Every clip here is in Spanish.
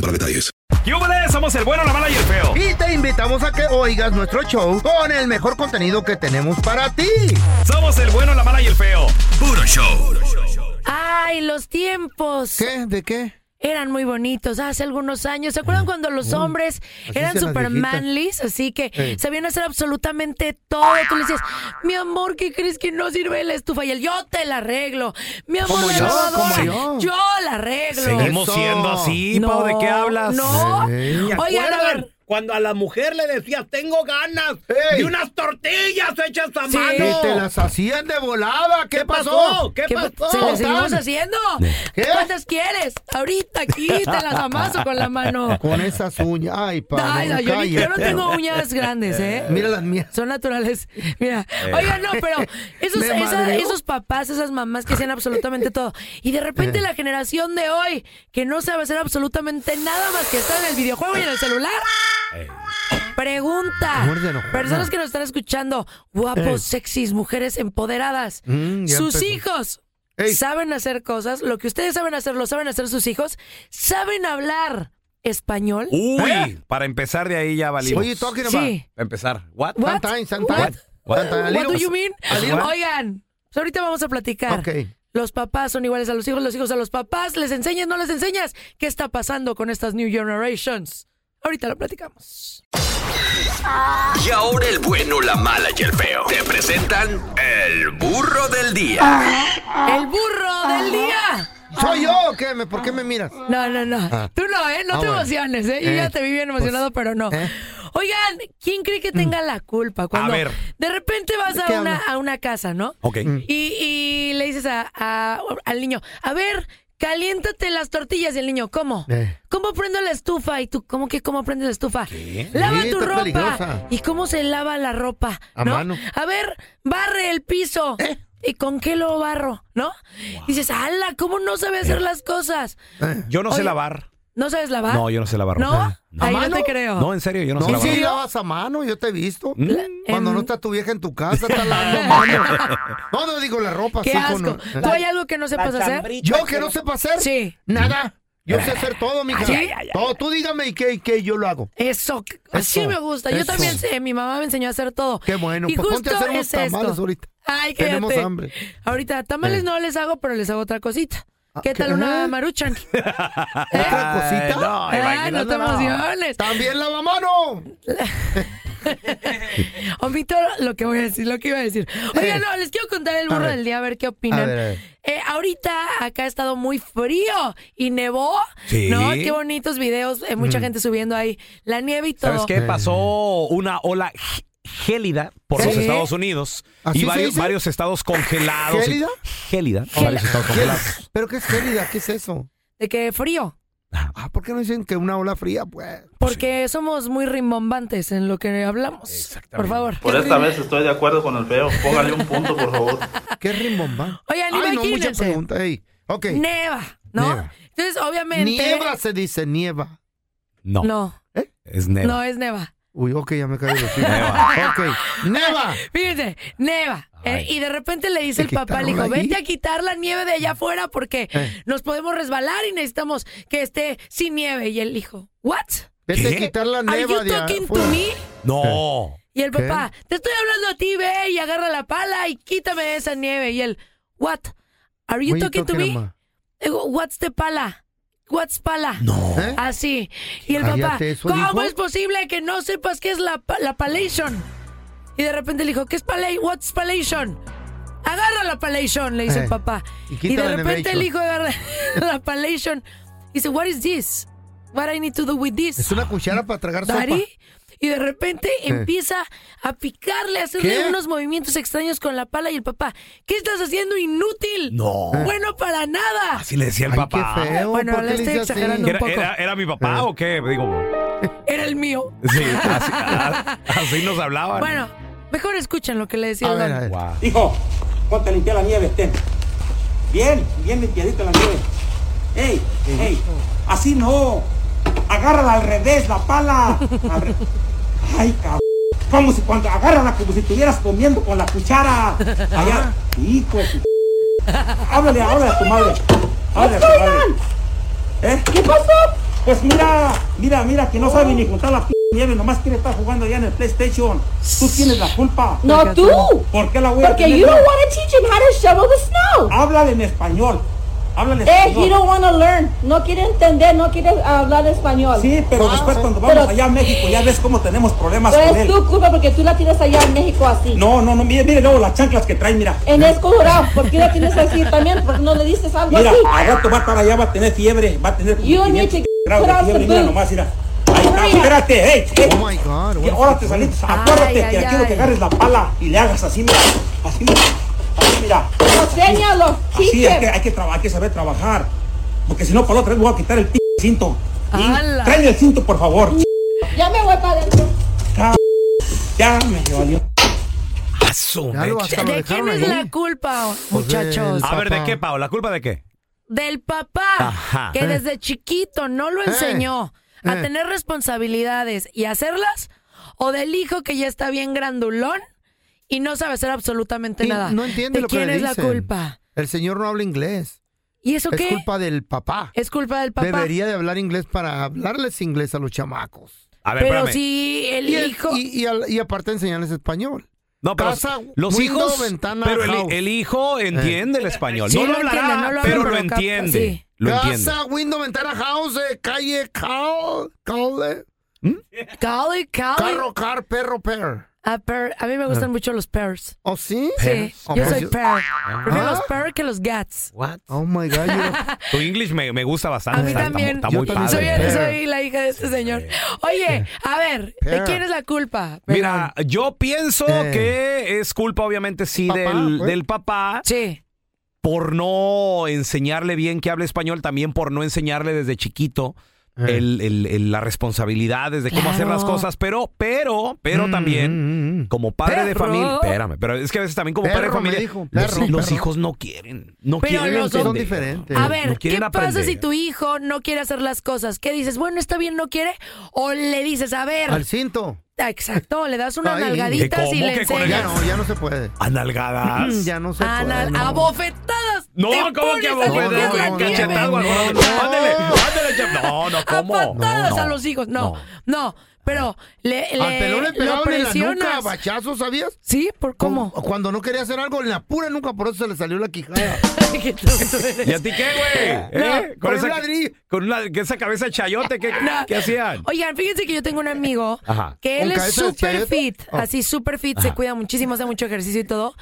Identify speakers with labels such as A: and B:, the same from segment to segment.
A: para detalles.
B: ¡Yúbales! Somos el bueno, la mala y el feo.
C: Y te invitamos a que oigas nuestro show con el mejor contenido que tenemos para ti.
B: Somos el bueno, la mala y el feo. Puro show.
D: Ay, los tiempos
C: ¿Qué? ¿De qué? Ah,
D: eran muy bonitos hace algunos años. ¿Se acuerdan cuando los hombres
C: así
D: eran
C: sean las
D: super
C: viejitas.
D: manlys? Así que
C: Ey.
D: sabían hacer absolutamente todo. Tú le decías, mi amor, ¿qué crees que no sirve la estufa? Y él, yo te la arreglo. Mi amor,
C: Como
D: la
C: yo,
D: lavadora,
C: como
D: yo.
C: yo.
D: la arreglo.
B: Seguimos
C: Eso.
B: siendo así, Pau, ¿de qué hablas?
D: No.
C: Ey.
B: ¿Se
D: Oigan, a
B: acuerdan
D: ver.
B: Cuando a la mujer le decías, tengo ganas
C: Ey.
B: de unas tortillas hechas a
D: Sí.
B: mano.
C: Y te las hacían de volada. ¿Qué,
B: ¿Qué
C: pasó?
B: pasó? ¿Qué
D: ¿Qué
B: pasó?
D: ¿Se las
C: Tan.
D: seguimos haciendo?
C: ¿Qué?
D: ¿Cuántas quieres? Ahorita aquí te las amaso con la mano.
C: Con esas uñas. Ay, pa.
D: Ay,
C: no,
D: no, yo, ni- yo no
C: cállate.
D: tengo uñas grandes, ¿eh?
C: Mira las mías. Eh.
D: Son naturales. Mira, oigan, no, pero esos,
C: Me
D: esa-
C: madreó.
D: esos papás, esas mamás que hacían absolutamente todo. Y de repente
C: Eh.
D: la generación de hoy, que no sabe hacer absolutamente nada más que estar en el videojuego y en el celular. Pregunta.
C: Eh. Amor de enojona. Eh.
D: Personas que nos están escuchando, guapos, sexys, mujeres empoderadas.
C: Mm, ya
D: Sus
C: empezó.
D: hijos
C: Ey.
D: saben hacer cosas. Lo que ustedes saben hacer, lo saben hacer sus hijos. Saben hablar español.
E: Uy,
C: ¿Eh?
E: para empezar de ahí ya valimos.
C: Oye, talking about.
D: Sí.
E: Para empezar. What?
D: What? What?
C: Sometimes, sometimes. Sometimes, a
D: What do
C: little-
D: you mean?
C: a little-
D: Oigan, pues ahorita vamos a platicar.
C: Ok.
D: Los papás son iguales a los hijos, los hijos a los papás. ¿Les enseñas, no les enseñas? ¿Qué está pasando con estas New Generations? Ahorita lo platicamos.
F: Y ahora el bueno, la mala y el feo. Te presentan el burro del día.
D: ¡El burro del día!
C: Soy yo. o ¿Qué? ¿Me- ¿Por qué me miras?
D: No, no, no. Tú no, ¿eh? No
C: Ah,
D: te
C: bueno.
D: emociones, ¿eh? Yo
C: Eh,
D: ya te vi bien emocionado, pero no.
C: eh. Mm.
D: Oigan, ¿quién cree que tenga la culpa? Cuando
E: ver.
D: de repente vas
C: qué
D: a una,
C: hablas?
D: a una casa, ¿no?
E: Ok.
D: Y, y le dices a- a- al niño, a ver, caliéntate las tortillas. Y el niño, ¿cómo?
C: Eh.
D: ¿Cómo prendo la estufa? Y tú, ¿cómo que cómo prende la estufa? Lava
C: Sí,
D: tu
C: está
D: ropa.
C: peligrosa.
D: ¿Y cómo se lava la ropa?
C: A
D: ¿no?
C: mano.
D: A ver, barre el piso.
C: ¿Eh?
D: ¿Y con qué lo barro? ¿No? Dices, ala, ¿cómo no sabe hacer
C: Eh.
D: las cosas?
E: Yo no sé
D: Oye,
E: lavar.
D: ¿No sabes lavar?
E: No, yo no sé lavar
D: ¿No?
E: ropa.
D: no. Ahí
C: ¿ah? ¿A
D: no te
C: mano?
D: creo.
E: No, en serio, yo no,
C: No,
E: sé ¿Mm?
C: si
E: lavar.
C: lavas a mano, yo te he visto.
D: em-
C: Cuando no está tu vieja en tu casa, está lavando a mano. No, no digo la ropa,
D: Qué
C: sí,
D: asco.
C: con- ¿eh?
D: ¿Tú hay algo que no sepas hacer?
C: Yo que no sepa hacer
D: Sí.
C: nada. Yo sé hacer todo, mija.
D: Ay, ay, ay, ay.
C: Todo, tú dígame y qué, y qué, yo lo hago.
D: Eso, así
C: Eso,
D: me gusta. Yo
C: eso.
D: también sé, mi mamá me enseñó a hacer todo.
C: Qué bueno,
D: Y
C: pues
D: justo
C: ponte a hacer unos
D: es esto.
C: tamales ahorita.
D: Ay, qué
C: Tenemos hambre.
D: Ahorita tamales
C: Eh.
D: no les hago, pero les hago otra cosita. ¿Qué
C: ¿qué?
D: tal una
C: ¿Eh?
D: maruchan?
C: ¿Otra
E: Eh,
C: cosita?
D: Ah, no te emociones.
C: También lava mano.
D: Omito lo que voy a decir, lo que iba a decir. Oigan, no, les quiero contar el burro
C: ver.
D: del día, a ver qué opinan.
C: A ver, a ver.
D: Eh, ahorita acá ha estado muy frío y nevó,
E: Sí.
D: ¿no? Qué bonitos videos, eh, mucha gente subiendo ahí la nieve y todo.
E: ¿Sabes qué? Pasó una ola g- gélida por los
D: ¿Sí?
E: Estados Unidos
C: ¿Así
E: y
C: se
E: varios,
C: dice?
E: varios estados congelados. y-
C: ¿Gélida?
E: Gélida. Varios estados congelados.
C: ¿Pero qué es gélida? ¿Qué es eso?
D: De que frío.
C: Ah, ¿por qué no dicen que una ola fría? Pues.
D: Porque somos muy rimbombantes en lo que hablamos. Por favor.
G: Por esta vez estoy de acuerdo con el feo. Póngale un punto, por favor.
C: ¿Qué rimbomba?
D: Oigan,
C: Ay, no, mucha
D: imagínense.
C: pregunta. Ey, ok.
D: Neva, ¿no?
C: Neva.
D: Entonces, obviamente.
C: Niebla se dice nieva.
E: No,
D: No,
E: es neva.
D: no es neva.
C: Uy, ok, ya me caí de los Neva. Ok, neva.
D: Fíjense, neva. Eh, y de repente le dice
C: ¿Te
D: el papá,
C: quitaron
D: le dijo,
C: ahí?
D: vete a quitar la nieve de allá afuera porque
C: Eh.
D: nos podemos resbalar y necesitamos que esté sin nieve. Y él dijo, ¿what?
C: Vete
E: ¿Qué?
C: a quitar la
D: ¿Are
C: neva
D: you
C: de
D: talking to
C: afuera.
D: me?
E: No.
D: Y el
C: ¿Qué?
D: papá, te estoy hablando a ti, ve y agarra la pala y quítame esa nieve. Y él, what? ¿Are you
C: Oye,
D: talking to
C: toque
D: me?
C: nomás.
D: Digo, what's the pala? What's pala?
E: No.
C: ¿Eh?
D: Así. Y el
C: Cállate,
D: papá,
C: ¿eso
D: ¿cómo
C: dijo?
D: es posible que no sepas qué es la, pa- la palation? Y de repente le dijo, ¿qué es palation? What's palation? Agarra la palation, le dice
C: Eh,
D: el papá.
C: y
D: Y,
C: quita
D: de
C: la
D: repente
C: nevation.
D: el hijo agarra la palation. Dice, what is this? What I need to do with this?
C: Es una cuchara para tragar
D: Dari,
C: sopa. Eh.
D: y de repente empieza a picarle, a hacerle
C: ¿Qué?
D: unos movimientos extraños con la pala y el papá. ¿Qué estás haciendo inútil?
E: No.
D: Bueno para nada.
E: Así le decía el
C: Ay,
E: papá.
C: qué feo.
D: Bueno,
C: ¿por
D: le
C: qué le
D: estoy
C: hice así? Eh.
D: exagerando.
E: ¿Era,
D: Un poco.
E: era, era mi papá o qué? Digo,
D: Era el mío.
E: sí, así, a- así nos hablaban.
D: Bueno, mejor escuchen lo que le decía
C: A
D: el
C: ver,
D: don.
C: a ver.
E: Guau.
H: Hijo, ponte a limpiar la nieve, ten. Bien, bien limpiadita la nieve. ¡Ey! ¡Ey! ¡Así no! ¡Agárrala al revés, la pala! Al re- ¡Ay, cabrón! Como si cuando agárrala como si estuvieras comiendo con la cuchara. Allá. Hijo de su- Háblale, háblale a tu madre. Háblale a tu madre. ¿Eh? ¿Qué pasó? Pues mira, mira, mira, que no sabe
I: Oh.
H: ni juntar la p nieve, nomás quiere estar jugando allá en el PlayStation. Tú tienes la culpa.
I: No, tú.
H: ¿Por qué la voy a
I: Porque
H: tener
I: you
H: yo?
I: don't want to teach him how to shovel the snow.
H: Háblale en español. Háblale en
I: Eh, he
H: español.
I: don't want to learn. No quiere entender, no quiere hablar español.
H: Sí, pero después cuando vamos
I: Ah. Pero-
H: allá a México ya ves cómo tenemos problemas
I: Pero
H: con
I: es
H: él.
I: tu culpa porque tú la tienes allá en México así.
H: No, no, no, mire, mire luego las chanclas que trae, mira.
I: En es colorado, ¿por qué la tienes así también? ¿Por qué no le dices algo
H: Mira,
I: así?
H: al rato va a estar allá, va a tener fiebre, va a tener como
I: You need
H: 500
I: to
H: grados
I: put
H: de
I: on
H: fiebre,
I: some
H: mira
I: boots.
H: nomás, mira. Ahí está,
I: Hurry up.
H: espérate, hey, hey.
C: Oh my God.
H: Y ahora te saliste, acuérdate
D: ay,
H: que le quiero
D: ay.
H: que agarres la pala y le hagas así, mira. Así, mira. Así, mira.
I: Enséñalo, teach
H: Así, es que
I: him.
H: hay que, traba- hay que saber trabajar. Porque si no, para la otra vez voy a quitar el p cinto.
D: ¡Hala!
H: Trae el cinto, por favor.
I: Ya me voy para adentro.
H: Ya me valió.
E: A su
C: Ya lo
E: mecha.
C: hasta lo
D: ¿De quién
C: dejaron
D: es
C: ahí.
D: la culpa,
C: Pues de
D: muchachos?
C: él.
E: A ver, ¿de
C: Papá.
E: qué, Pau? ¿La culpa de qué?
D: Del papá,
E: Ajá.
D: que desde chiquito no lo enseñó a
C: Eh.
D: tener responsabilidades y hacerlas, o del hijo que ya está bien grandulón y no sabe hacer absolutamente
C: Y
D: nada.
C: No entiende
D: ¿De
C: lo que
D: quién
C: le
D: es la
C: dicen.
D: culpa?
C: El señor no habla inglés.
D: ¿Y eso qué?
C: Es culpa del papá.
D: Es culpa del papá.
C: Debería de hablar inglés para hablarles inglés a los chamacos.
E: A ver,
D: Pero
E: espérame.
D: si el
C: Y, el-
D: hijo.
C: y, y al- y aparte enseñarles español.
E: No, pero
C: Casa,
E: los
C: window,
E: hijos.
C: ventana,
E: pero el,
C: house.
E: el hijo entiende el español.
D: Sí,
E: no lo
D: lo entiende,
E: hablará,
D: no lo habla,
E: pero
D: pero
E: lo
D: capta,
E: entiende.
D: sí.
E: Lo
C: Casa,
E: entiende.
C: window, ventana, house, eh, calle, cal, cal,
D: ¿Mm? Cali, Cali.
C: carro, car, perro, per.
D: A, pear. A mí me gustan mucho los pears.
C: Ah. ¿Oh, sí?
D: Sí,
C: Oh,
D: yo
C: pues
D: soy pear. Prefiero
C: Ah.
D: los pear que los gats.
C: Oh, my God. you're-
E: Tu English me, me gusta bastante.
D: A mí
E: está- está
D: también.
E: mu- Está, muy
C: Yo también
E: padre.
D: soy,
E: ¿eh?
C: Pear.
D: soy la hija de este señor. Oye, a ver, ¿de
C: Pear.
D: quién es la culpa?
E: Mira, yo pienso
C: Eh.
E: que es culpa, obviamente, sí,
C: Papá,
E: del,
C: pues.
E: del papá
D: Sí.
E: por no enseñarle bien que hable español, también por no enseñarle desde chiquito
C: Eh.
E: el, el- el- las responsabilidades de cómo hacer las
D: Claro.
E: cosas, pero, pero, pero también.
C: Mm, mm, mm.
E: Como padre de
D: Perro.
E: familia, espérame, pero es que a veces también como padre de
C: Perro, me
E: familia,
C: dijo,
E: los,
C: perro,
E: los
C: perro.
E: hijos no quieren, no
D: Pero
E: quieren
D: los
C: son
E: entender.
C: diferentes.
D: A
E: No
D: ver, ¿qué
E: quieren
D: pasa
E: aprender.
D: si tu hijo no quiere hacer las cosas? ¿Qué dices? Bueno, está bien, no quiere. O le dices, a ver,
C: Al cinto.
D: exacto, le das unas
C: Ay,
D: nalgaditas y
E: ¿cómo
D: le
E: que con el-
C: Ya
D: enseñas.
C: no, ya no se puede.
E: Analgadas.
C: Ya no se
D: Anal-
C: puede. no.
D: A bofetadas.
E: No,
D: te
E: ¿cómo
D: pones
E: que
D: a
E: vos? Pues,
D: limpiar
C: no,
D: la
C: no,
D: nieve.
E: cachetado, algodón.
C: no.
E: Ándale, ándale, chef. No, no, ¿cómo?
D: a patadas
E: No, no.
D: a los hijos. No, no, pero le, le,
C: Al pelón Ah, le
D: lo
C: pegaban en la nuca,
D: presionas.
C: bachazo, ¿sabías?
D: ¿Sí? ¿Por cómo?
C: Cu- Cuando no quería hacer algo, en la pura nuca, por eso se le salió la quijada.
D: Qué tonto eres.
E: ¿Y a ti qué, güey?
C: No,
E: ¿Eh?
C: con un ladrillo.
E: Con una, que esa cabeza de chayote, ¿qué,
D: No.
E: qué hacían?
D: Oigan, fíjense que yo tengo un amigo
E: Ajá.
D: que él
C: ¿Con
D: es
C: cabeza de
D: super
C: chayote?
D: fit,
C: Oh.
D: así super fit, se
E: Ajá.
D: cuida muchísimo, hace mucho ejercicio y todo,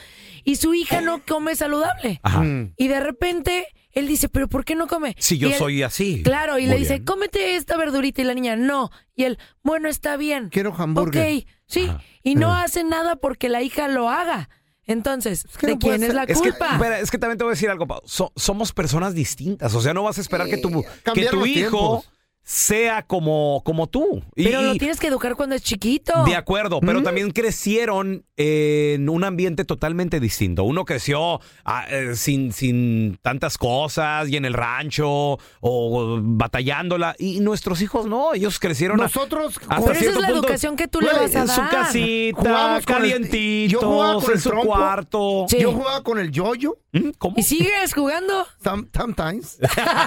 D: y su hija no come saludable.
E: Ajá.
C: Mm.
D: Y de repente él dice, pero ¿por qué no come?
E: Si yo
D: Y él-
E: soy así.
D: Claro, y
E: Muy
D: le dice,
E: bien.
D: cómete esta verdurita y la niña, no. Y él, bueno, está bien.
C: Quiero hamburguer.
D: Ok, sí.
E: Ajá. Eh.
D: Y no hace nada porque la hija lo haga. Entonces,
C: que
D: ¿de
C: no puede
D: quién es
C: ser-
D: la
E: pues, Es que,
D: culpa?
E: espera, es que también te voy a decir algo, Pau. So- somos personas distintas. O sea, no vas a esperar que tu, que
C: cambiaron
E: tu
C: los
E: hijo
C: tiempos.
E: sea como, como tú. Y-
D: Pero lo
E: y-
D: tienes que educar cuando es chiquito.
E: de acuerdo,
D: Mm.
E: pero también crecieron eh, en un ambiente totalmente distinto. Uno creció ah, eh, sin, sin tantas cosas y en el rancho o batallándola. Y nuestros hijos no, ellos crecieron. a-
C: Nosotros,
D: Pero esa
E: cierto
D: es la
E: punto-
D: educación que tú le
E: Güey,
D: vas a
E: en su
D: dar.
E: casita,
C: Jugábamos con el-
E: calientitos,
C: yo jugaba con
E: en
C: el
E: su
C: trompo.
E: cuarto. ¿Mm?
C: Sí. Yo jugaba con el yoyo.
E: ¿Cómo?
D: ¿Y sigues jugando?
C: sometimes.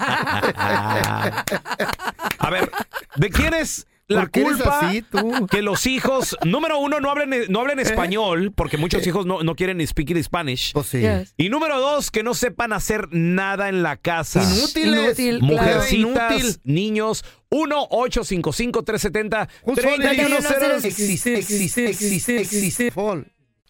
E: a ver, ¿de quién es la
C: ¿Por qué eres
E: culpa
C: así, ¿Eh?
E: que los hijos, número uno, no hablen, no hablen español, porque muchos hijos no, no quieren speak in Spanish?
C: Pues Yes.
E: Y número dos, que no sepan hacer nada en la casa.
C: Inútiles. Inútil, claro.
E: Mujercitas,
C: Inútil.
E: niños. 1-855-370.
C: Pues Existe, existe, existe, existe. Paul.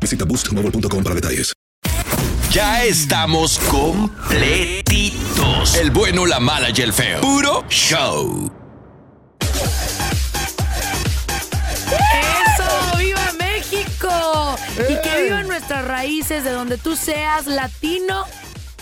A: Visita boostmobile.com para detalles.
F: Ya estamos completitos. El bueno, la mala y el feo. Puro show.
D: ¡Eso! ¡Viva México! Y que vivan nuestras raíces de donde tú seas latino.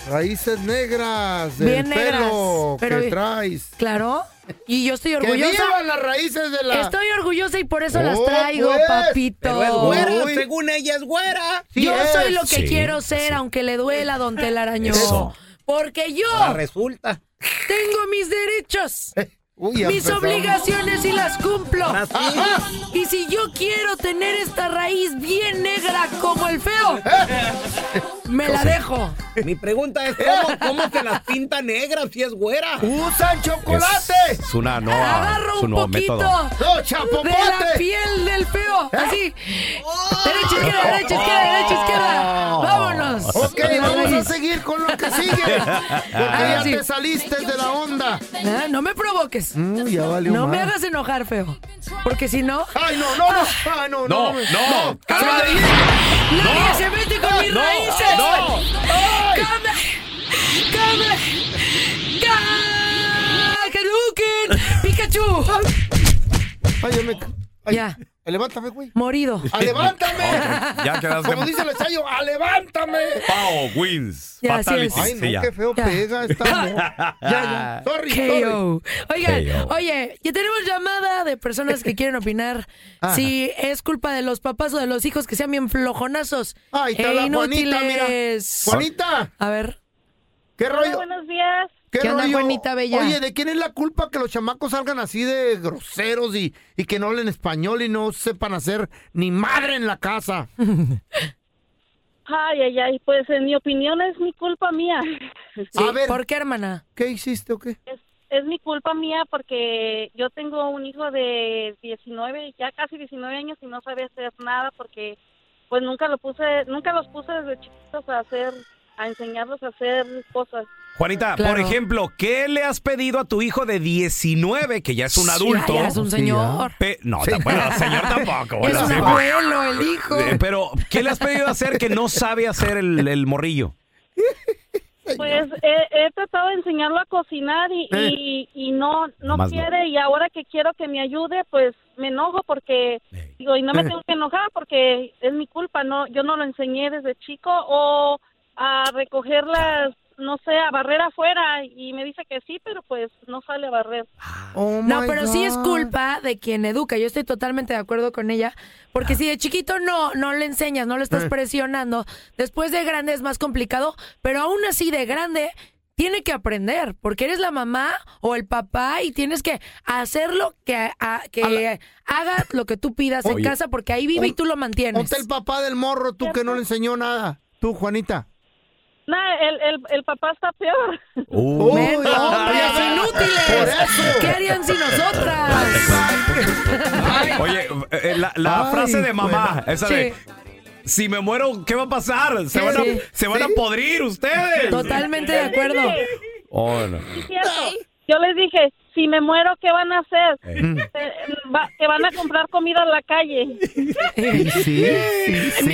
C: Raíces negras del
D: Bien negras,
C: pelo
D: pero-
C: que traes.
D: Claro. Y yo estoy
C: ¡Que
D: orgullosa.
C: vivan las raíces de la-
D: Estoy orgullosa y por eso
C: Oh,
D: las traigo,
C: pues,
D: papito.
C: pero es güera, Uy.
D: según ella es güera.
C: Sí
D: yo
C: es.
D: soy lo que
C: Sí,
D: quiero ser, aunque le duela, don Telaraño.
C: Eso.
D: Porque yo
C: Ahora resulta.
D: tengo mis derechos.
C: ya
D: mis
C: empezamos.
D: obligaciones y las cumplo.
C: Ahora sí. Ajá.
D: Y si yo quiero tener esta raíz bien negra como el feo, me la dejo.
J: Mi pregunta es, ¿cómo, cómo se las pinta negra si es güera?
C: ¡Usan chocolate!
E: Es, es una nueva, es un nuevo método.
C: ¡No, chapopote!
D: De la piel del feo.
C: ¿Eh?
D: Así. Derecha, izquierda, derecha, izquierda, derecha, izquierda.
C: Oh.
D: Vámonos.
C: Ok,
D: Con la
C: vamos a
D: raíz.
C: seguir con lo que sigue. Porque
D: Ah,
C: ya
D: sí.
C: te saliste de la onda.
D: Ah, no me provoques.
C: Mm,
D: no me hagas enojar, feo. Porque si no. Ah.
C: ¡Ay, no, no, no! ¡Ay, Ah, no,
E: No, no,
D: cálmate. ¡Nadie se mete con mis
C: No,
D: raíces!
C: no.
D: ¡Ay! ¡Come! ¡Come! ¡Ca- ¡Hadouken! ¡Pikachu!
C: ¡Ay, ya me. ay,
D: Ya.
C: Eh, ¡Levántame, güey!
D: Morido.
C: ¡Ah, levántame!
E: Ya quedaste-
C: Como dice el ensayo, ¡ah, levántame!
E: Pau wins.
D: Ya, así
E: Fatality.
D: es. Ay, no,
E: Sí, ya.
C: ¡Qué feo pega esta! mu- Ya, ya. Sorry,
D: KO.
C: sorry.
D: Ah, Oigan, oye, ya tenemos llamada de personas que quieren opinar
C: Ah.
D: si es culpa de los papás o de los hijos que sean bien flojonazos
C: Ahí está
D: e
C: la Juanita, mira.
D: inútiles.
C: Juanita.
D: A ver.
C: ¿Qué rollo?
K: buenos días.
C: ¿Qué,
D: ¿Qué onda,
C: rollo?
D: Juanita Bella?
C: Oye, ¿de quién es la culpa que los chamacos salgan así de groseros y, y que no hablen español y no sepan hacer ni madre en la casa?
K: Ay, ay, ay, pues en mi opinión es mi culpa mía.
D: A ver. ¿Por qué, hermana?
C: ¿Qué hiciste o qué?
K: Es mi culpa mía porque yo tengo un hijo de 19, ya casi 19 años y no sabe hacer nada porque pues nunca lo puse, nunca los puse desde chiquitos a hacer, a enseñarlos a hacer cosas.
E: Juanita, por
K: Claro.
E: ejemplo, ¿qué le has pedido a tu hijo de 19, que ya es un
D: Sí,
E: adulto?
D: ya es un Sí, señor. ya.
E: Pe- no, tam- bueno, señor tampoco.
D: Es
E: bueno,
D: un
E: sí, pero-
D: abuelo, el hijo.
E: Eh, Pero, ¿qué le has pedido hacer que no sabe hacer el, el morrillo?
K: Pues he, he tratado de enseñarlo a cocinar y,
E: Eh.
K: y, y no, no
E: Más no.
K: quiere y ahora que quiero que me ayude, pues me enojo porque digo, y no me
L: Eh.
K: tengo que enojar porque es mi culpa, no yo no lo enseñé desde chico o a recoger las, no sé, a barrer afuera y me dice que sí, pero pues no sale a barrer.
E: Oh
D: no, pero sí es culpa de quien educa. Yo estoy totalmente de acuerdo con ella. Porque si de chiquito no, no le enseñas, no le estás
C: Eh.
D: presionando, después de grande es más complicado, pero aún así de grande tiene que aprender, porque eres la mamá o el papá y tienes que hacerlo que, a- que haga lo que tú pidas en
C: Oye.
D: casa, porque ahí vive y tú lo mantienes.
C: Ponte el papá del morro, tú que no le enseñó nada. Tú, Juanita.
K: No, el, el, el papá está peor.
C: Uy,
D: ¡Hombres inútiles! ¿Qué harían sin nosotras?
E: Oye, eh, la, la
D: Ay,
E: frase de mamá,
D: bueno.
E: esa de. Si me muero, ¿qué va a pasar? Se
D: Sí,
E: van a,
D: sí.
E: se van a podrir ustedes.
D: Totalmente de acuerdo.
E: Oh, no.
K: Sí, cierto. Yo les dije, si me muero, ¿qué van a hacer?
E: Eh.
C: Mm.
K: Eh, va- que van a comprar comida en la calle. Mi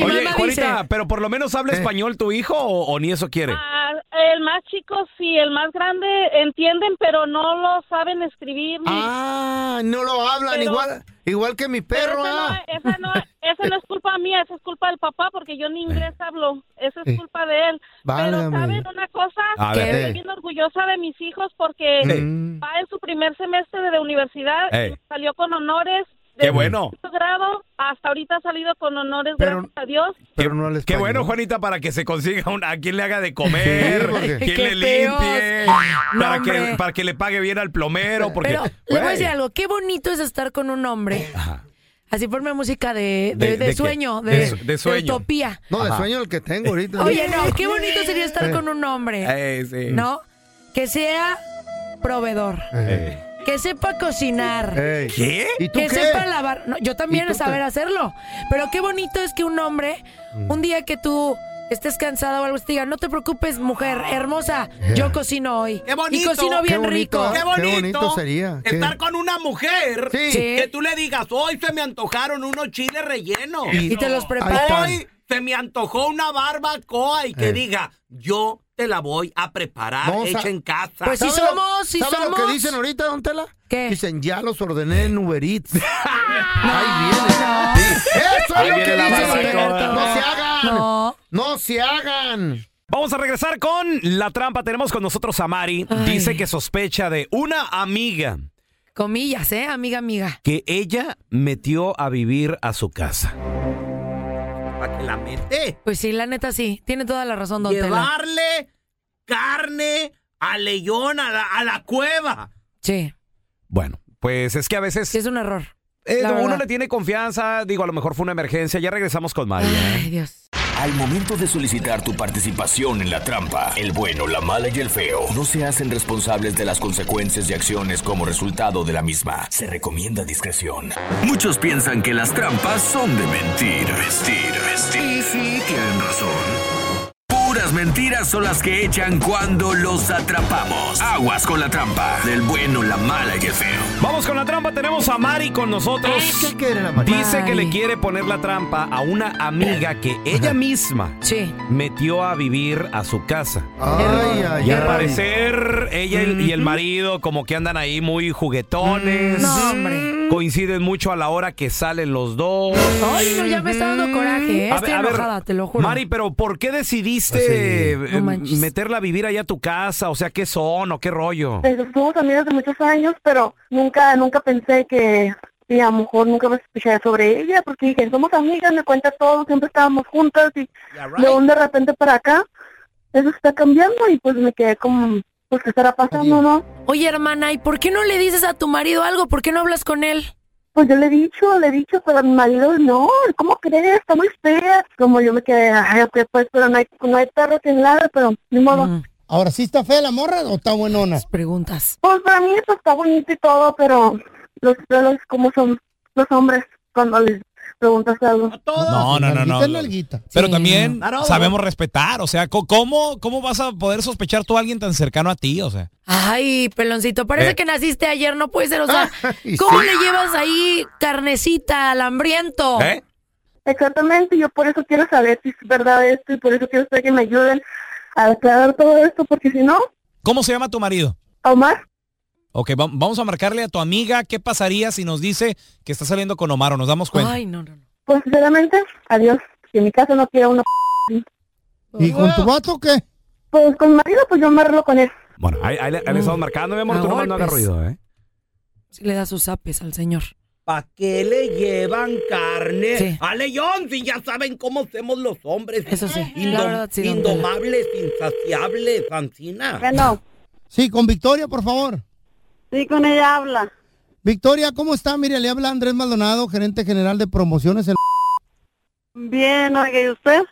E: Oye,
K: mamá
E: Juanita,
K: dice-
E: pero por lo menos habla
D: eh.
E: español tu hijo o, o ni eso quiere.
K: Ah, el más chico sí, el más grande entienden, pero no lo saben escribir.
C: Ah, no lo hablan igual, igual que mi perro. ah.
K: Esa no, esa no es culpa mía, esa es culpa del papá, porque yo ni inglés hablo. Esa es
C: Eh.
K: culpa de él. Pero
C: Válgame.
K: saben una cosa,
C: A
K: que
C: ver.
K: estoy bien orgullosa de mis hijos porque
C: Sí. Eh.
K: va en su primer semestre de universidad,
C: Ey.
K: salió con honores.
E: Qué
K: de
E: bueno.
K: sexto grado, hasta ahorita ha salido con honores, gracias a Dios.
C: Pero no les
E: Qué bueno, Juanita, para que se consiga un- a quien le haga de comer, quien
D: Qué
E: le limpie,
D: feos. No,
E: para, que,
D: hombre.
E: para que le pague bien al plomero. Porque,
D: Pero le voy a
E: güey,
D: decir algo, qué bonito es estar con un hombre. Así ponme música de, de- de
E: ¿De- de qué?
D: sueño,
E: De
D: de,
E: su- de sueño.
D: utopía.
C: No, de
E: Ajá.
C: sueño el que tengo ahorita.
D: Oye, no, qué bonito sería estar
C: Eh.
D: con un hombre,
E: eh, sí.
D: ¿no? Que sea proveedor,
E: Eh.
D: que sepa cocinar.
E: Ey. Eh. ¿Qué? ¿Y tú
D: que
E: qué?
D: sepa lavar. No, yo
E: ¿Y
D: también
E: tú
D: saber
E: qué? Mm.
D: hacerlo. Pero qué bonito es que un hombre, un día que tú estés cansada o algo, te diga, no te preocupes, mujer hermosa,
E: Eh.
D: yo cocino hoy.
J: Qué bonito.
D: Y cocino bien rico.
J: Qué bonito,
C: sería, qué-
J: Estar con una mujer
C: Sí.
J: que tú le digas, hoy se me antojaron unos chiles rellenos.
C: Y- Y te los prepara.
J: Hoy se me antojó una barbacoa y que
C: Eh.
J: diga, yo te la voy a preparar
C: No,
J: hecha
C: sa-
J: en casa.
D: Pues
C: ¿Sabe lo- sabe lo que dicen ahorita, don Tela? Dicen, ya los ordené en Uber Eats. Ahí
D: Ah.
C: viene. Sí, Eso
E: Ahí
C: es lo
E: viene
C: que
E: la
C: dicen.
E: barbacoa.
C: No se hagan.
D: No.
C: se hagan.
E: Vamos a regresar con la trampa. Tenemos con nosotros a Mari. Dice que sospecha de una amiga
D: Comillas, ¿eh? Amiga, amiga.
E: que ella metió a vivir a su casa.
J: ¿Para que la meta?
D: Pues sí, la neta sí. Tiene toda la razón, don Tela.
J: Llevarle carne a Leyón, a la, a la cueva.
D: Sí.
E: Bueno, pues es que a veces.
D: es un error.
E: Eh,
D: La
E: uno
D: verdad.
E: le tiene confianza, digo, a lo mejor fue una emergencia. Ya regresamos con Mari. ¿eh?
F: Al momento de solicitar tu participación en la trampa, el bueno, la mala y el feo no se hacen responsables de las consecuencias y acciones como resultado de la misma. Se recomienda discreción. Muchos piensan que las trampas son de mentir, vestir, vestir. Y sí, tienen razón. Puras mentiras son las que echan cuando los atrapamos. Aguas con la trampa del bueno, la mala y el feo.
E: Vamos con la trampa. Tenemos a Mari con nosotros. Dice que le quiere poner la trampa a una amiga que ella misma metió a vivir a su casa.
C: Ay, ay,
E: y al
C: ay.
E: parecer, ella y- y el marido como que andan ahí muy juguetones.
D: No,
E: Coinciden mucho a la hora que salen los dos.
D: Ay, no, ya me está dando coraje, ¿eh?
E: A
D: Estoy
E: ver, a ver,
D: enojada, te lo juro. Ah,
E: Mari, pero ¿por qué decidiste eh, meterla a vivir allá a tu casa? O sea, ¿qué son o qué rollo?
L: Pues, Somos amigas de muchos años, pero nunca, nunca pensé que y a lo mejor nunca me escuché sobre ella, porque dije, somos amigas, me cuenta todo, siempre estábamos juntas y de un de repente para acá, eso está cambiando y pues me quedé como, pues qué estará pasando, ¿no?
D: Oye, hermana, ¿y por qué no le dices a tu marido algo? ¿Por qué no hablas con él?
L: Pues yo le he dicho, le he dicho, pero a mi marido, no, ¿cómo crees? Está muy fea. Como yo me quedé, ay, ok, pues, pero no hay, no hay perros en lado, pero ni modo.
C: Ahora, ¿sí está fea la morra o está buenona?
D: preguntas.
L: Pues para mí eso está bonito y todo, pero los pelos, ¿cómo son los hombres cuando les preguntas algo?
M: No, no, no, no. Pero también
L: Claro.
M: sabemos respetar, o sea, co- ¿cómo, ¿cómo vas a poder sospechar tú a alguien tan cercano a ti? O sea,
D: Ay, peloncito, parece
M: Eh.
D: que naciste ayer, no puede ser. O sea, ¿cómo
M: sí.
D: le llevas ahí carnecita al hambriento?
L: Exactamente, yo por eso quiero saber si es verdad esto y por eso quiero saber que me ayuden a aclarar todo esto, porque si no,
M: ¿cómo se llama tu marido?
L: Omar,
M: Ok, va- vamos a marcarle a tu amiga qué pasaría si nos dice que está saliendo con Omar o nos damos cuenta.
D: no, no,
L: no. Pues sinceramente, adiós, que en mi casa no quiero una...
C: ¿Y con tu vato qué?
L: Pues con mi marido, pues yo me arreglo con él.
D: Mm.
E: Bueno, ahí, ahí le, ahí le estamos marcando, mi amor.
D: A
E: Tú nomás no hagas
D: golpes.
E: ruido, ¿eh?
D: Si le da sus apes al señor.
J: ¿Para qué le llevan carne a León si ya saben cómo somos los hombres? Eso sí,
D: la verdad, sí, don Tela.
J: indomables, insaciables, Ancina.
C: Bueno. Sí, con Victoria, por favor.
N: Sí, con ella habla.
C: Victoria, ¿cómo está? Mire, le habla Andrés Maldonado, gerente general de promociones. en-
N: Bien, oiga, ¿y usted?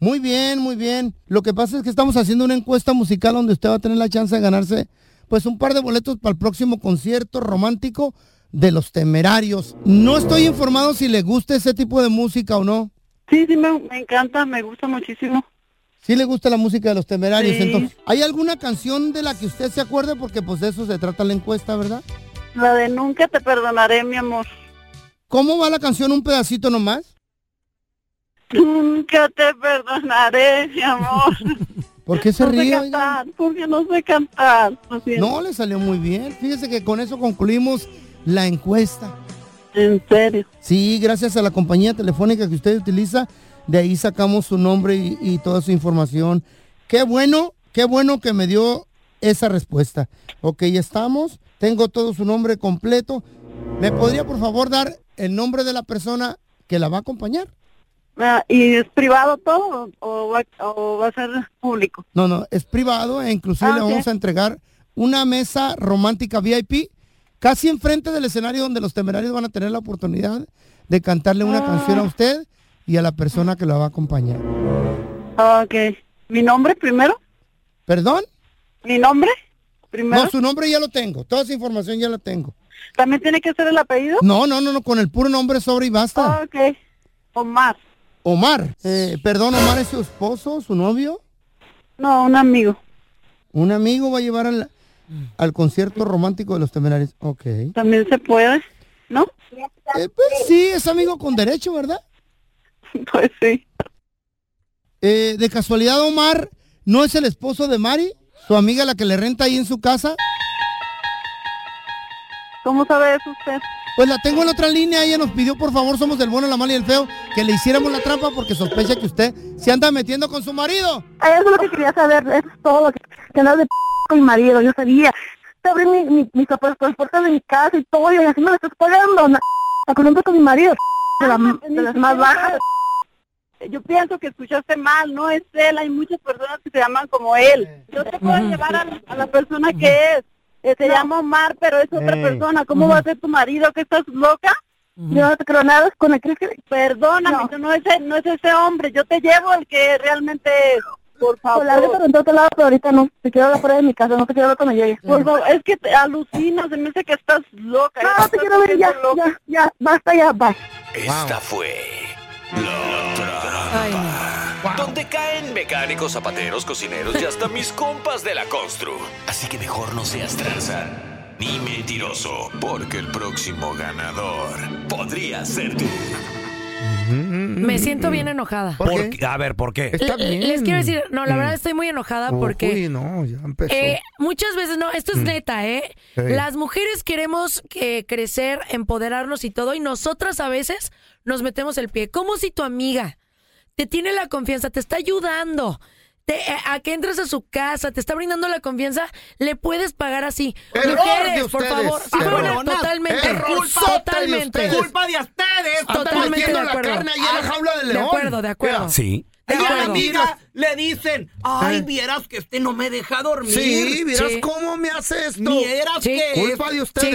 C: Muy bien, muy bien. Lo que pasa es que estamos haciendo una encuesta musical donde usted va a tener la chance de ganarse pues un par de boletos para el próximo concierto romántico de Los Temerarios. No estoy informado si le gusta ese tipo de música o no.
N: Sí, sí, me, encanta, me gusta muchísimo.
C: Sí le gusta la música de Los Temerarios,
N: Sí.
C: entonces. ¿Hay alguna canción de la que usted se acuerde? Porque pues de eso se trata la encuesta, ¿verdad?
N: La de Nunca te perdonaré, mi amor.
C: ¿Cómo va la canción? ¿Un pedacito nomás?
N: Nunca te perdonaré, mi amor.
C: ¿Por qué se
N: No sé
C: ríe? oiga?
N: cantar, porque no sé cantar. lo siento.
C: No, le salió muy bien. Fíjese que con eso concluimos la encuesta.
N: ¿En serio?
C: Sí, gracias a la compañía telefónica que usted utiliza, de ahí sacamos su nombre y, y toda su información. Qué bueno, qué bueno que me dio esa respuesta. Ok, ya estamos. Tengo todo su nombre completo. ¿Me podría, por favor, dar el nombre de la persona que la va a acompañar?
N: Ah, ¿Y es privado todo o va, o va a ser público?
C: No, no, es privado e inclusive
N: Ah,
C: le
N: ok.
C: vamos a entregar una mesa romántica VIP casi enfrente del escenario donde los temerarios van a tener la oportunidad de cantarle
N: Ah.
C: una canción a usted y a la persona que la va a acompañar.
N: Ok. ¿Mi nombre primero?
C: ¿Perdón?
N: ¿Mi nombre? Primero.
C: No, su nombre ya lo tengo, toda esa información ya la tengo.
N: ¿También tiene que ser el apellido? Ah,
C: No, no, no, no, con el puro nombre sobre y basta.
N: Ok. Omar.
C: Omar, eh, perdón, Omar es su esposo, su novio.
N: No, un amigo.
C: Un amigo va a llevar al, al concierto romántico de los temerarios. Ok.
N: También se puede, ¿no?
C: Eh, pues sí, es amigo con derecho, ¿verdad?
N: Pues sí.
C: Eh, de casualidad, Omar, ¿no es el esposo de Mari? Su amiga la que le renta ahí en su casa.
N: ¿Cómo sabe eso usted?
C: Pues la tengo en otra línea, ella nos pidió por favor, somos del bueno, la mala y el feo, que le hiciéramos la trampa porque sospecha que usted se anda metiendo con su marido.
N: Eso es lo que quería saber, eso es todo. Que, que andaba de p con mi marido, yo sabía. Te abrí mi, mi, mis sopas- las puertas de mi casa y todo, y así me lo estás pagando. Una acuérdate con mi marido, de, la- de las más bajas. eh, Yo pienso que escuchaste mal, no es él, hay muchas personas que se llaman como él. Yo te puedo llevar a, la- a la persona que es. Eh, se llama Omar, pero es otra
L: Eh.
N: persona. ¿Cómo va a ser tu marido? ¿Que estás loca? Yo no te creo nada con el que... Perdóname, no. no, es, e, no es ese hombre. Yo te llevo el que realmente es. Por favor.
L: Hola, pero en otro lado, pero ahorita no. Te quiero hablar fuera de mi casa, no te quiero hablar cuando llegue.
N: Por favor, es que te alucinas, se me dice que estás loca.
L: No, te quiero ver ya, ya, ya, basta ya, bye.
F: Esta fue la trampa. Donde caen mecánicos, zapateros, cocineros y hasta mis compas de la constru. Así que mejor no seas tranza ni mentiroso, porque el próximo ganador podría ser tú.
D: Me siento bien enojada.
E: ¿Por qué? Mm. A ver, ¿por qué?
D: Le- Les quiero decir, no, la verdad estoy muy enojada porque...
C: Uy, no, ya empezó.
D: Eh, muchas veces, no, esto es
B: Mm.
D: neta, ¿eh?
C: Sí.
D: Las mujeres queremos que crecer, empoderarnos y todo, y nosotras a veces nos metemos el pie. Como si tu amiga te tiene la confianza, te está ayudando, te- eh, a, a que entres a su casa, te está brindando la confianza, le puedes pagar así.
B: Error
D: Mujeres,
B: de
D: por
B: ustedes,
D: favor.
C: Ah,
D: Sí,
B: error.
D: bueno, totalmente.
B: Errorzote de
D: totalmente.
B: ustedes.
D: Culpa
J: de ustedes.
D: Totalmente de acuerdo. Ah, de acuerdo, de acuerdo.
E: Sí.
J: Y a la
D: acuerdo.
J: amiga le dicen, ay,
D: Eh.
J: vieras que este no me deja dormir.
D: Sí, vieras Sí.
C: cómo me hace esto.
J: Vieras que...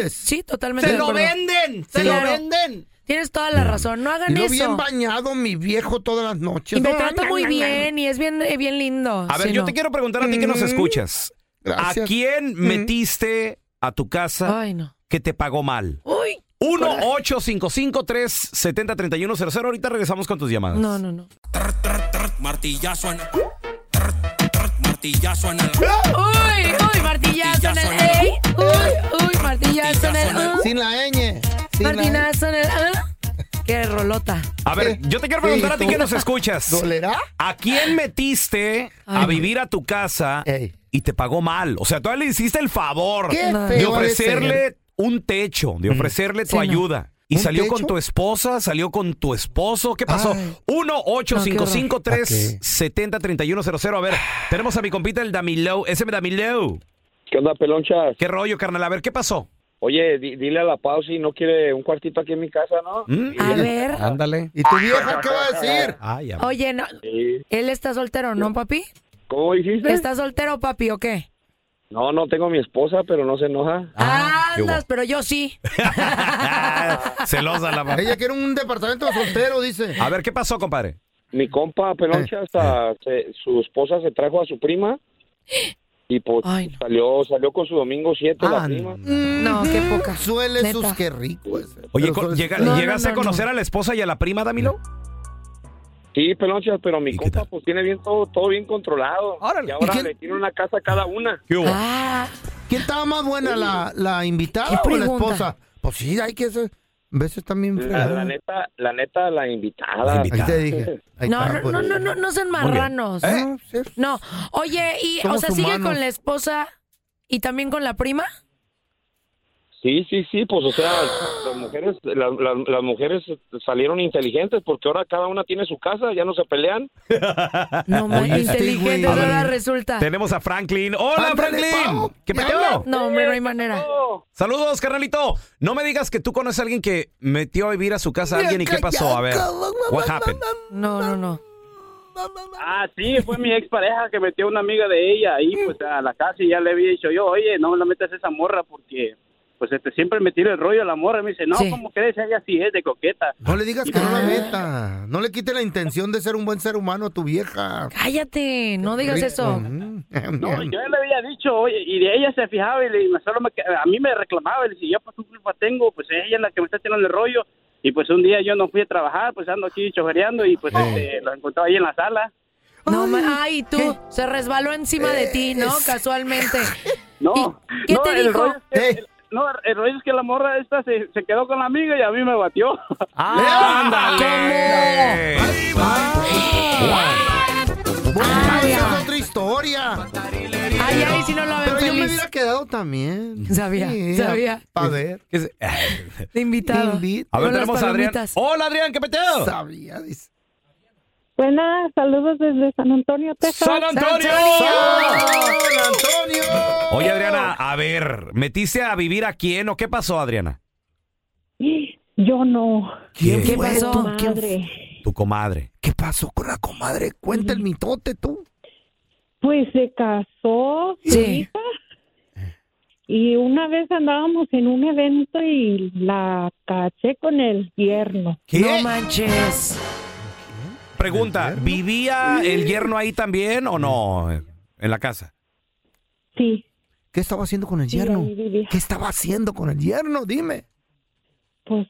D: Sí, sí, totalmente.
J: Se
D: de
J: lo
D: acuerdo.
J: venden, se lo
C: venden.
D: Tienes toda
E: Mm.
D: la razón, no hagan
C: Y lo
D: eso.
C: bien bañado mi viejo todas las noches.
D: Y me
C: No,
D: trata
C: no,
D: muy
C: no,
D: bien y es bien, eh, bien lindo.
E: A ver,
D: Sí,
E: yo
D: no.
E: te quiero preguntar a ti
D: Mm.
E: que nos escuchas.
C: Gracias.
E: ¿A quién
C: Mm.
E: metiste a tu casa que te pagó mal?
D: Uy.
E: 1-855-370-3100. Ahorita regresamos con tus llamadas.
D: No, no, no.
J: Martillazo en el... Martillazo en el...
C: ¡Ah!
D: Uy, uy, martillazo en el ey. Uy, uy, martillazo en el uh.
C: Sin la ñ. sin la
D: Martinazo en el uh. Qué rolota.
E: A ver, yo te quiero preguntar a ti que nos escuchas.
C: ¿Dolerá?
E: ¿A quién metiste
D: Ay,
E: a
D: no.
E: vivir a tu casa y te pagó mal? O sea, todavía le hiciste el favor
C: Qué
E: de
C: feo ha de
E: ofrecerle un techo, de ofrecerle
C: Mm. Sí,
E: tu
C: no.
E: ayuda. Y
C: ¿Un
E: salió
C: techo?
E: con tu esposa, salió con tu esposo. ¿Qué pasó?
C: Ay.
E: cero. A ver, tenemos a mi compita el Damilou. Ese Damilou.
O: ¿Qué onda, pelonchas?
E: ¿Qué rollo, carnal? A ver, ¿qué pasó?
O: Oye, di- dile a la Pausi, no quiere un cuartito aquí en mi casa, ¿no?
D: A ver.
M: Ándale.
C: ¿Y tu vieja qué va a decir?
D: Oye, no, él está soltero, ¿no, papi?
O: ¿Cómo dijiste?
D: ¿Está soltero, papi, o qué?
O: No, no tengo mi esposa, pero no se enoja.
D: Ah, Andas, pero yo sí.
E: Celosa la mamá.
C: Ella quiere un departamento de soltero, dice.
E: A ver, ¿qué pasó, compadre? Eh,
O: Mi compa Peloncha, hasta se- su esposa se trajo a su prima y pues salió, salió con su domingo 7 la prima.
D: No, qué poca.
C: Ah, mm, Suele sus qué rico es.
E: Oye, co- llega-
O: No, no,
E: ¿llegaste
O: no,
E: a conocer a la esposa y a la prima, Damilo?
O: Sí, Peloncha, pero mi compa pues tiene bien todo, todo bien controlado. Y ahora le tiene una casa a cada una.
C: Ah. ¿Quién estaba más buena, la, la invitada
O: ¿Qué
C: o la
O: pregunta?
C: esposa? Pues sí, hay que ser. Veces también.
O: La,
E: Ah.
O: la neta, la neta, la invitada.
C: Ahí te dije. Ahí
D: No,
C: está,
D: no,
C: pues.
D: no, no, no, no sean
C: Muy bien.
D: marranos.
C: ¿Eh?
D: No, oye, y, o
O: Somos
D: sea, sigue
O: humanos.
D: con la esposa y también con la prima.
O: Sí, sí, sí, pues o sea, las mujeres, las, las- las mujeres salieron inteligentes porque ahora cada una tiene su casa, ya no se pelean.
D: No,
E: Oye, este
D: inteligente,
E: güey.
D: ahora
E: A ver,
D: resulta.
E: Tenemos a Franklin. ¡Hola,
D: Ándale,
E: Franklin!
D: Pau.
E: ¿Qué peteo?
D: No, hombre, no hay manera.
E: Saludos, carnalito. No me digas que tú conoces a alguien que metió a vivir a su casa a alguien y qué pasó. A ver, what happened?
D: No, no, no.
P: Ah, sí, fue mi expareja que metió una amiga de ella ahí, pues a la casa y ya le había dicho yo, oye, no me la metas a esa morra porque, pues este, siempre me tira el rollo a la morra. Me dice, no, ¿cómo crees? Ella sí es de coqueta.
C: No le digas que no la meta. No le quite la intención de ser un buen ser humano a tu vieja.
D: Cállate, no digas eso.
C: Mm,
P: No, yo ya le había dicho, oye, y de ella se fijaba y le, solo me que- a mí me reclamaba y le decía, yo por tu culpa tengo, pues ella es la que me está tirando el rollo. Y pues un día yo no fui a trabajar, pues ando aquí chofereando y pues este, la encontraba ahí en la sala.
D: No, ma- ay, tú, se resbaló encima de ti, ¿no? Casualmente.
P: No,
D: qué
P: no,
D: te
P: el
D: dijo?
P: rollo es que- el- no, el rollo es que la morra esta se, se quedó con la amiga y a mí me batió.
E: ¡Ándale!
C: Bueno, esa es otra historia.
D: Ay, ay, si no la ven
C: Pero yo me
D: feliz.
C: hubiera quedado también.
D: Sabía, sabía.
C: Para ver.
D: De invitado.
E: A ver,
D: Con las
E: tenemos a Adrián.
D: palomitas.
E: Hola, Adrián, ¿qué peteo?
C: Sabía, dice.
Q: Buenas, Pues saludos desde San Antonio, Texas.
E: ¡San Antonio!
C: Antonio!
E: Oye, Adriana, a ver, ¿metiste a vivir a quién o qué pasó, Adriana?
Q: Yo no.
E: ¿Quién ¿Qué fue
C: pasó? tú? ¿Quién
Q: Madre.
E: Tu comadre.
C: ¿Qué pasó con la comadre? Cuenta el mitote tú.
Q: Pues se casó su hija y una vez andábamos en un evento y la caché con el yerno.
E: No
D: manches.
E: Pregunta, ¿vivía el yerno ahí también o no? En la casa.
Q: Sí.
C: ¿Qué estaba haciendo con el
Q: Sí,
C: yerno?
Q: ahí vivía.
C: ¿Qué estaba haciendo con el yerno? Dime.
Q: Pues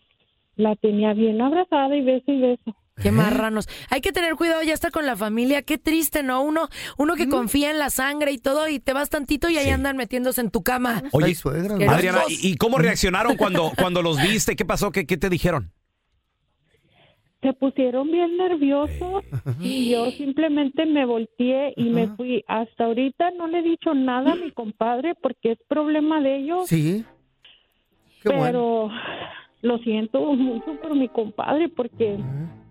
Q: la tenía bien abrazada y beso y beso.
C: ¿Eh?
D: Qué marranos. Hay que tener cuidado ya está con la familia. Qué triste, ¿no? Uno, uno que confía en la sangre y todo y te vas tantito y ahí andan metiéndose en tu cama.
E: Oye,
D: Eran
E: Adriana,
D: dos.
E: ¿y y cómo reaccionaron cuando, cuando los viste? ¿Qué pasó? ¿Qué, qué te dijeron?
Q: Se pusieron bien nerviosos y yo simplemente me volteé y me fui. Hasta ahorita no le he dicho nada a mi compadre porque es problema de ellos.
C: Sí. Qué
Q: pero
C: bueno.
Q: lo siento mucho por mi compadre porque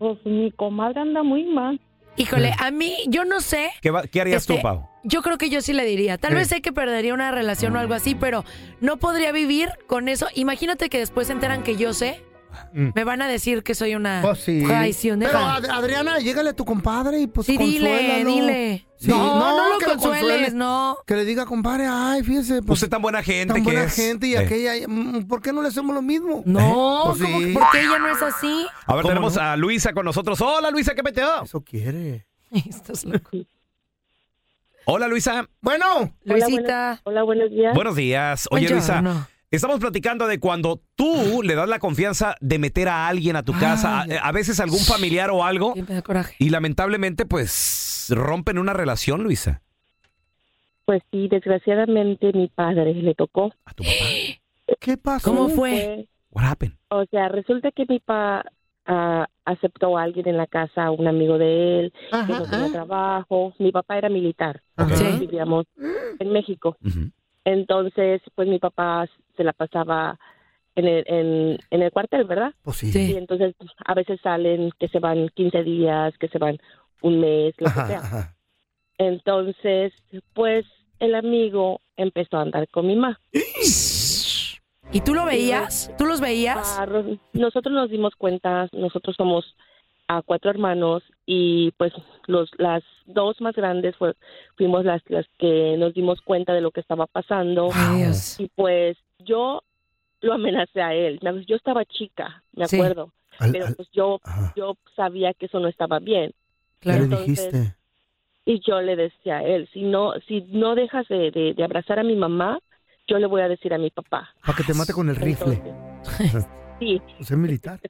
Q: pues mi comadre anda muy mal.
D: Híjole, a mí, yo no sé.
E: ¿Qué, va- qué harías
D: Este,
E: tú, Pau?
D: Yo creo que yo sí le diría. Tal
E: Sí.
D: vez sé que perdería una relación o algo así, pero no podría vivir con eso. Imagínate que después se enteran que yo sé. Me van a decir que soy una
C: Pues Mm. sí.
D: traicionera.
C: Pero Ad- Adriana, llégale a tu compadre y pues
D: Sí, dile,
C: consuélalo.
D: dile.
C: Sí,
D: No, no lo
C: que
D: consueles, no.
C: Que le diga, compadre, ay, fíjese. Pues,
E: Usted tan buena gente
C: tan
E: que
C: buena
E: es.
C: gente y
E: Eh.
C: aquella, mm, ¿por qué no le hacemos lo mismo?
D: No,
C: Pues
D: ¿cómo
C: sí.
D: que- ¿por qué ella no es así?
E: A ver, tenemos a Luisa con nosotros. Hola, Luisa, ¿qué peteo? Eso
C: quiere.
D: Estás loco.
E: Hola, Luisa.
C: Bueno.
D: Luisita.
Q: Hola, buenos días.
E: Buenos días. Oye, Luisa, estamos platicando de cuando tú le das la confianza de meter a alguien a tu casa, a, a veces algún familiar o algo,
D: Me da coraje.
E: y lamentablemente, pues, rompen una relación, Luisa.
R: Pues sí, desgraciadamente mi padre le tocó.
C: ¿Qué pasó?
R: ¿Cómo
D: fue?
E: What happened?
R: O sea, resulta que mi pa ah, aceptó a alguien en la casa, a un amigo de él, que no tenía trabajo. Mi papá era militar, Nosotros vivíamos en México. Entonces, pues mi papá se la pasaba en el, en, en el cuartel, ¿verdad?
C: Oh, Sí.
R: Y entonces pues, a veces salen que se van 15 días, que se van un mes, lo que sea. Entonces, pues el amigo empezó a andar con mi mamá.
D: ¿Y tú lo veías? ¿Tú los veías?
R: Ah, Ros- nosotros nos dimos cuenta, nosotros somos a cuatro hermanos y pues los las dos más grandes fue- fuimos las las que nos dimos cuenta de lo que estaba pasando y pues yo lo amenacé a él Me acu- yo estaba chica me
S: Sí.
R: acuerdo
S: Al-
R: pero
S: al-
R: pues yo yo sabía que eso no estaba bien
S: Claro.
R: Entonces, y yo le decía a él si no si no dejas de, de- de abrazar a mi mamá yo le voy a decir a mi papá
C: Para que te mate con el rifle.
R: sí
C: O sea, militar.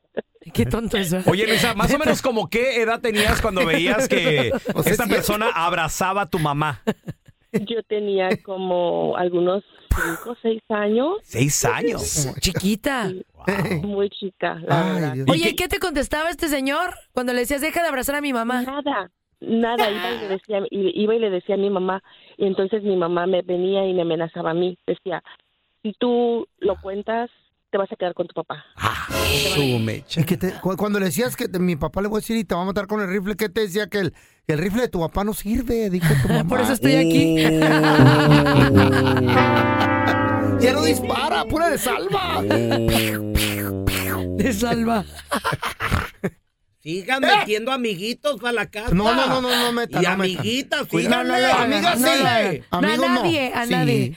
D: Qué tonto eso.
E: Oye, Luisa, más o menos como qué edad tenías cuando veías que
R: O sea,
E: esta
R: sí.
E: persona abrazaba a tu mamá.
R: Yo tenía como algunos cinco, seis años.
E: Seis años.
D: Chiquita.
R: Muy chica, la verdad.
D: Oye, ¿y qué te contestaba este señor cuando le decías, deja de abrazar a mi mamá?
R: Nada. Nada, iba y, le decía, y- iba y le decía a mi mamá. Y entonces mi mamá me venía y me amenazaba a mí. Decía, si tú lo cuentas, te vas a quedar con tu papá.
C: Y que te- cu- cuando le decías que te- mi papá le voy a decir y te va a matar con el rifle, ¿qué te decía que el, el rifle de tu papá no sirve? Dijo tu mamá.
D: Por eso estoy aquí.
C: ya no dispara, pura de salva.
D: de salva.
J: Sigan metiendo amiguitos para la casa.
C: No, no, no, no, no meta,
J: Y
C: no meta.
J: amiguitas,
C: Cuidado,
J: síganle.
C: no, no, no, amigas
J: No,
C: sí.
J: no, no.
C: Amigos no. Sí.